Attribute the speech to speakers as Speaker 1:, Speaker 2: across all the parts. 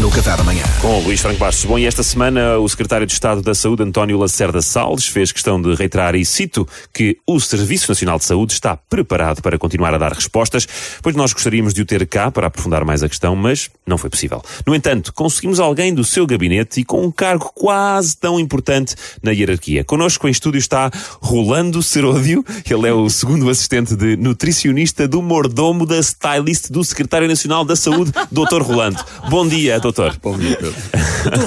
Speaker 1: no Café da manhã.
Speaker 2: Com o Luís Franco Bastos. Bom, e esta semana o secretário de Estado da Saúde, António Lacerda Salles, fez questão de reiterar, e cito, que o Serviço Nacional de Saúde está preparado para continuar a dar respostas, pois nós gostaríamos de o ter cá para aprofundar mais a questão, mas não foi possível. No entanto, conseguimos alguém do seu gabinete e com um cargo quase tão importante na hierarquia. Connosco em estúdio está Rolando Seródio, ele é o segundo assistente de nutricionista do mordomo da stylist do secretário nacional da Saúde, Dr. Rolando. Bom dia, doutor.
Speaker 3: Doutor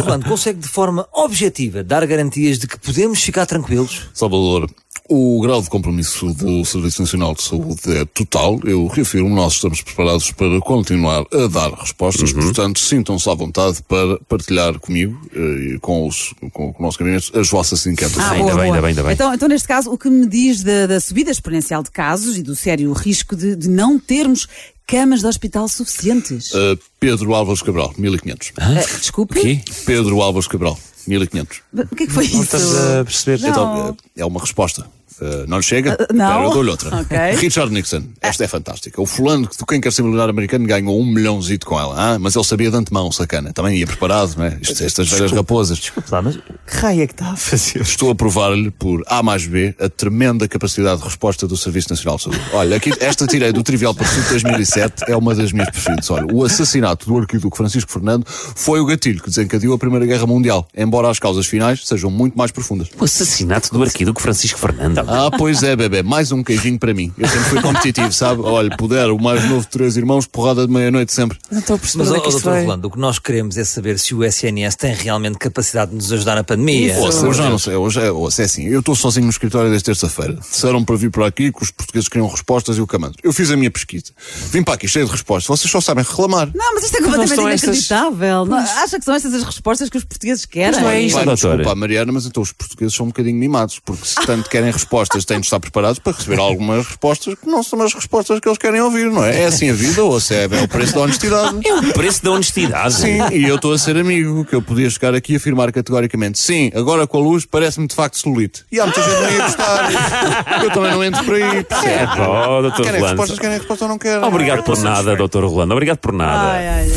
Speaker 3: Rolando, consegue de forma objetiva dar garantias de que podemos ficar tranquilos?
Speaker 4: Salvador, o grau de compromisso do Serviço Nacional de Saúde é total. Eu reafirmo, nós estamos preparados para continuar a dar respostas. Portanto, sintam-se à vontade para partilhar comigo eh, e com, os- com o nosso gabinete as vossas inquietações.
Speaker 2: ainda bem, ainda bem, ainda bem.
Speaker 5: Ah, Então, então, neste caso, o que me diz da, da subida exponencial de casos e do sério risco de, de não termos camas de hospital suficientes?
Speaker 4: Eh, Pedro Álvares Cabral, 1500.
Speaker 5: Eh, desculpe?
Speaker 4: Pedro Álvares Cabral, 1500.
Speaker 5: O que é que foi isso?
Speaker 2: estamos a perceber.
Speaker 5: Não.
Speaker 4: Então, eh, é uma resposta. Eh, não lhe chega?
Speaker 5: Eh, não.
Speaker 4: Espera, eu dou-lhe outra.
Speaker 5: Ok.
Speaker 4: Richard Nixon. Esta é fantástica. O fulano do Quem Quer Ser Milionário Americano ganhou um milhãozito com ela. Ah, mas ele sabia de antemão, sacana. Também ia preparado, não é? Isto- estas velhas raposas.
Speaker 2: Lá, eh, mas que raio é que está a fazer?
Speaker 4: Estou a provar-lhe, por A mais B, a tremenda capacidade de resposta do Serviço Nacional de Saúde. Olha, aqui, esta tirei do Trivial Pursuit de 2007, é uma das minhas preferidas. Olha, o assassinato do arquiduque Francisco Fernando foi o gatilho que desencadeou a Primeira Guerra Mundial, embora as causas finais sejam muito mais profundas.
Speaker 2: O assassinato do arquiduque Francisco Fernando.
Speaker 4: Ah, pois é, bebê, mais um queijinho para mim. Eu sempre fui competitivo, sabe? Olha, puder, o mais novo de três irmãos, porrada de meia-noite sempre.
Speaker 6: Não estou a perceber
Speaker 3: Mas,
Speaker 6: onde
Speaker 3: ó,
Speaker 6: é que isto
Speaker 3: doutor
Speaker 6: vai.
Speaker 3: Rolando, o que nós queremos é saber se o SNS tem realmente capacidade de nos ajudar na pandemia.
Speaker 4: Ouça, eu já não sei, hoje é, ouça, é assim, eu estou sozinho no escritório desde terça-feira. Disseram para vir para aqui que os portugueses queriam respostas e o camando. Eu fiz a minha pesquisa. Vim para aqui cheio de respostas, vocês só sabem reclamar.
Speaker 5: Não, mas isto é
Speaker 6: Mas
Speaker 5: completamente
Speaker 6: não são estas-
Speaker 5: inacreditável. Não, acha que são estas as respostas que os portugueses querem?
Speaker 2: Mas não é isto.
Speaker 4: Pá,
Speaker 2: doutora.
Speaker 4: desculpa, Mariana, mas então os portugueses são um bocadinho mimados, porque se tanto querem respostas, têm de estar preparados para receber algumas respostas que não são as respostas que eles querem ouvir, não é? É assim a vida, ou se é, é o preço da honestidade.
Speaker 2: É o preço da honestidade.
Speaker 4: Sim, e eu estou a ser amigo, que eu podia chegar aqui e afirmar categoricamente: sim, agora com a luz parece-me de facto solito. E há muita gente que não ia gostar. Eu também não entro por aí.
Speaker 2: É,
Speaker 4: percebe?
Speaker 2: pá, oh, doutor
Speaker 4: Querem respostas,
Speaker 2: Rolando.
Speaker 4: querem resposta ou não querem?
Speaker 2: Obrigado por nada, doutor Rolando. Obrigado por nada.
Speaker 5: Ai, ai,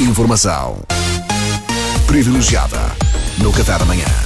Speaker 5: ai.
Speaker 1: Informação privilegiada no Café da manhã.